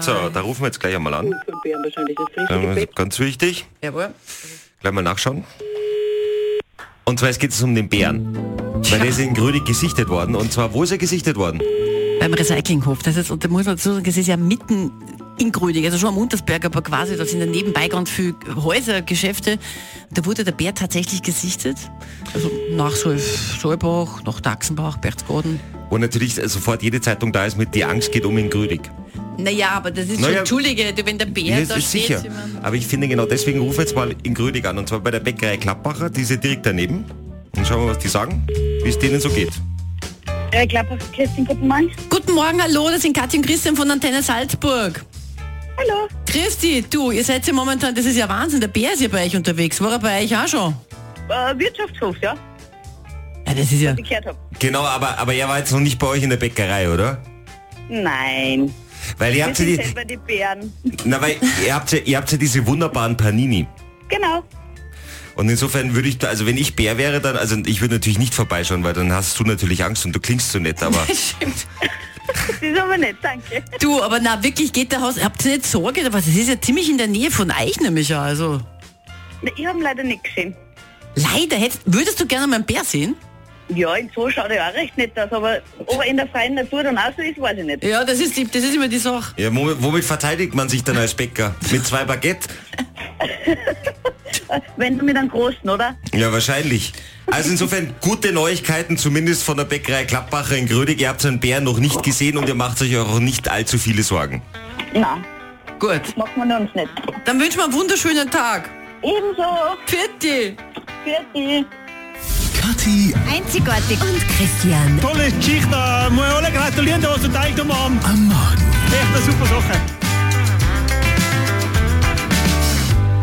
So, da rufen wir jetzt gleich einmal an. Fünf Jahren wahrscheinlich das richtige Ähm, das Bett. ist Ganz wichtig. Jawohl. Gleich mal nachschauen. Und zwar es geht es um den Bären. Weil der ist in Grödig gesichtet worden. Und zwar, wo ist er gesichtet worden? Beim Recyclinghof. Das ist, und da muss man dazu sagen, es ist ja mitten in Grödig, also schon am Untersberg, aber quasi, da sind ja nebenbei ganz viele Häuser, Geschäfte. Da wurde der Bär tatsächlich gesichtet. Also nach Sol- Solbach, nach Dachsenbach, Berchtesgaden. Wo natürlich sofort jede Zeitung da ist mit Die Angst geht um in Grödig. Naja, aber das ist Naja. schon, Entschuldige, du, wenn der Bär Ja, da das ist steht. sicher. ich mein- Aber ich finde genau deswegen rufe jetzt mal in Grödig an. Und zwar bei der Bäckerei Klappacher, die ist ja direkt daneben. Und schauen wir, was die sagen, wie es denen so geht. Äh, Klappbach, Kerstin, guten Morgen. Guten Morgen, hallo, das sind Katja und Christian von Antenne Salzburg. Hallo. Christi, du, ihr seid ja momentan, das ist ja Wahnsinn, der Bär ist ja bei euch unterwegs. War er bei euch auch schon? Äh, Wirtschaftshof, ja? Ja, das ist ja... Ich gehört habe. Genau, aber, aber er war jetzt noch nicht bei euch in der Bäckerei, oder? Nein. Weil ihr Wir habt ja, sind die, selber die Bären. na, weil ihr habt ja, ihr habt ja diese wunderbaren Panini. Genau. Und insofern würde ich, da- also wenn ich Bär wäre, dann, also ich würde natürlich nicht vorbeischauen, weil dann hast du natürlich Angst und du klingst so nett, aber Das ist aber nett, danke. Du, aber na wirklich geht der Haus. Habt ihr nicht Sorge, aber es ist ja ziemlich in der Nähe von euch nämlich ja, also. Na, Ich habe leider nichts gesehen. Leider hättest, würdest du gerne mal einen Bär sehen? Ja, in so schaut er auch recht nett aus, aber ob er in der freien Natur dann auch so ist, weiß ich nicht. Ja, das ist die, das ist immer die Sache. ja, womit, womit verteidigt man sich dann als Bäcker? Mit zwei Baguette? Wenn du mit einem Großen, oder? Ja, wahrscheinlich. Also insofern gute Neuigkeiten, zumindest von der Bäckerei Klappbacher in Grödig. Ihr habt einen Bär noch nicht gesehen und ihr macht euch auch nicht allzu viele Sorgen. Nein, Gut. macht man uns nicht. Dann wünschen wir einen wunderschönen Tag. Ebenso. Pfiat Für die. Kathi Einzigartig und Christian. Äh, Tolle Geschichte, da muss ich alle gratulieren, da hast du teilgenommen. am Morgen. um Echt eine super Sache.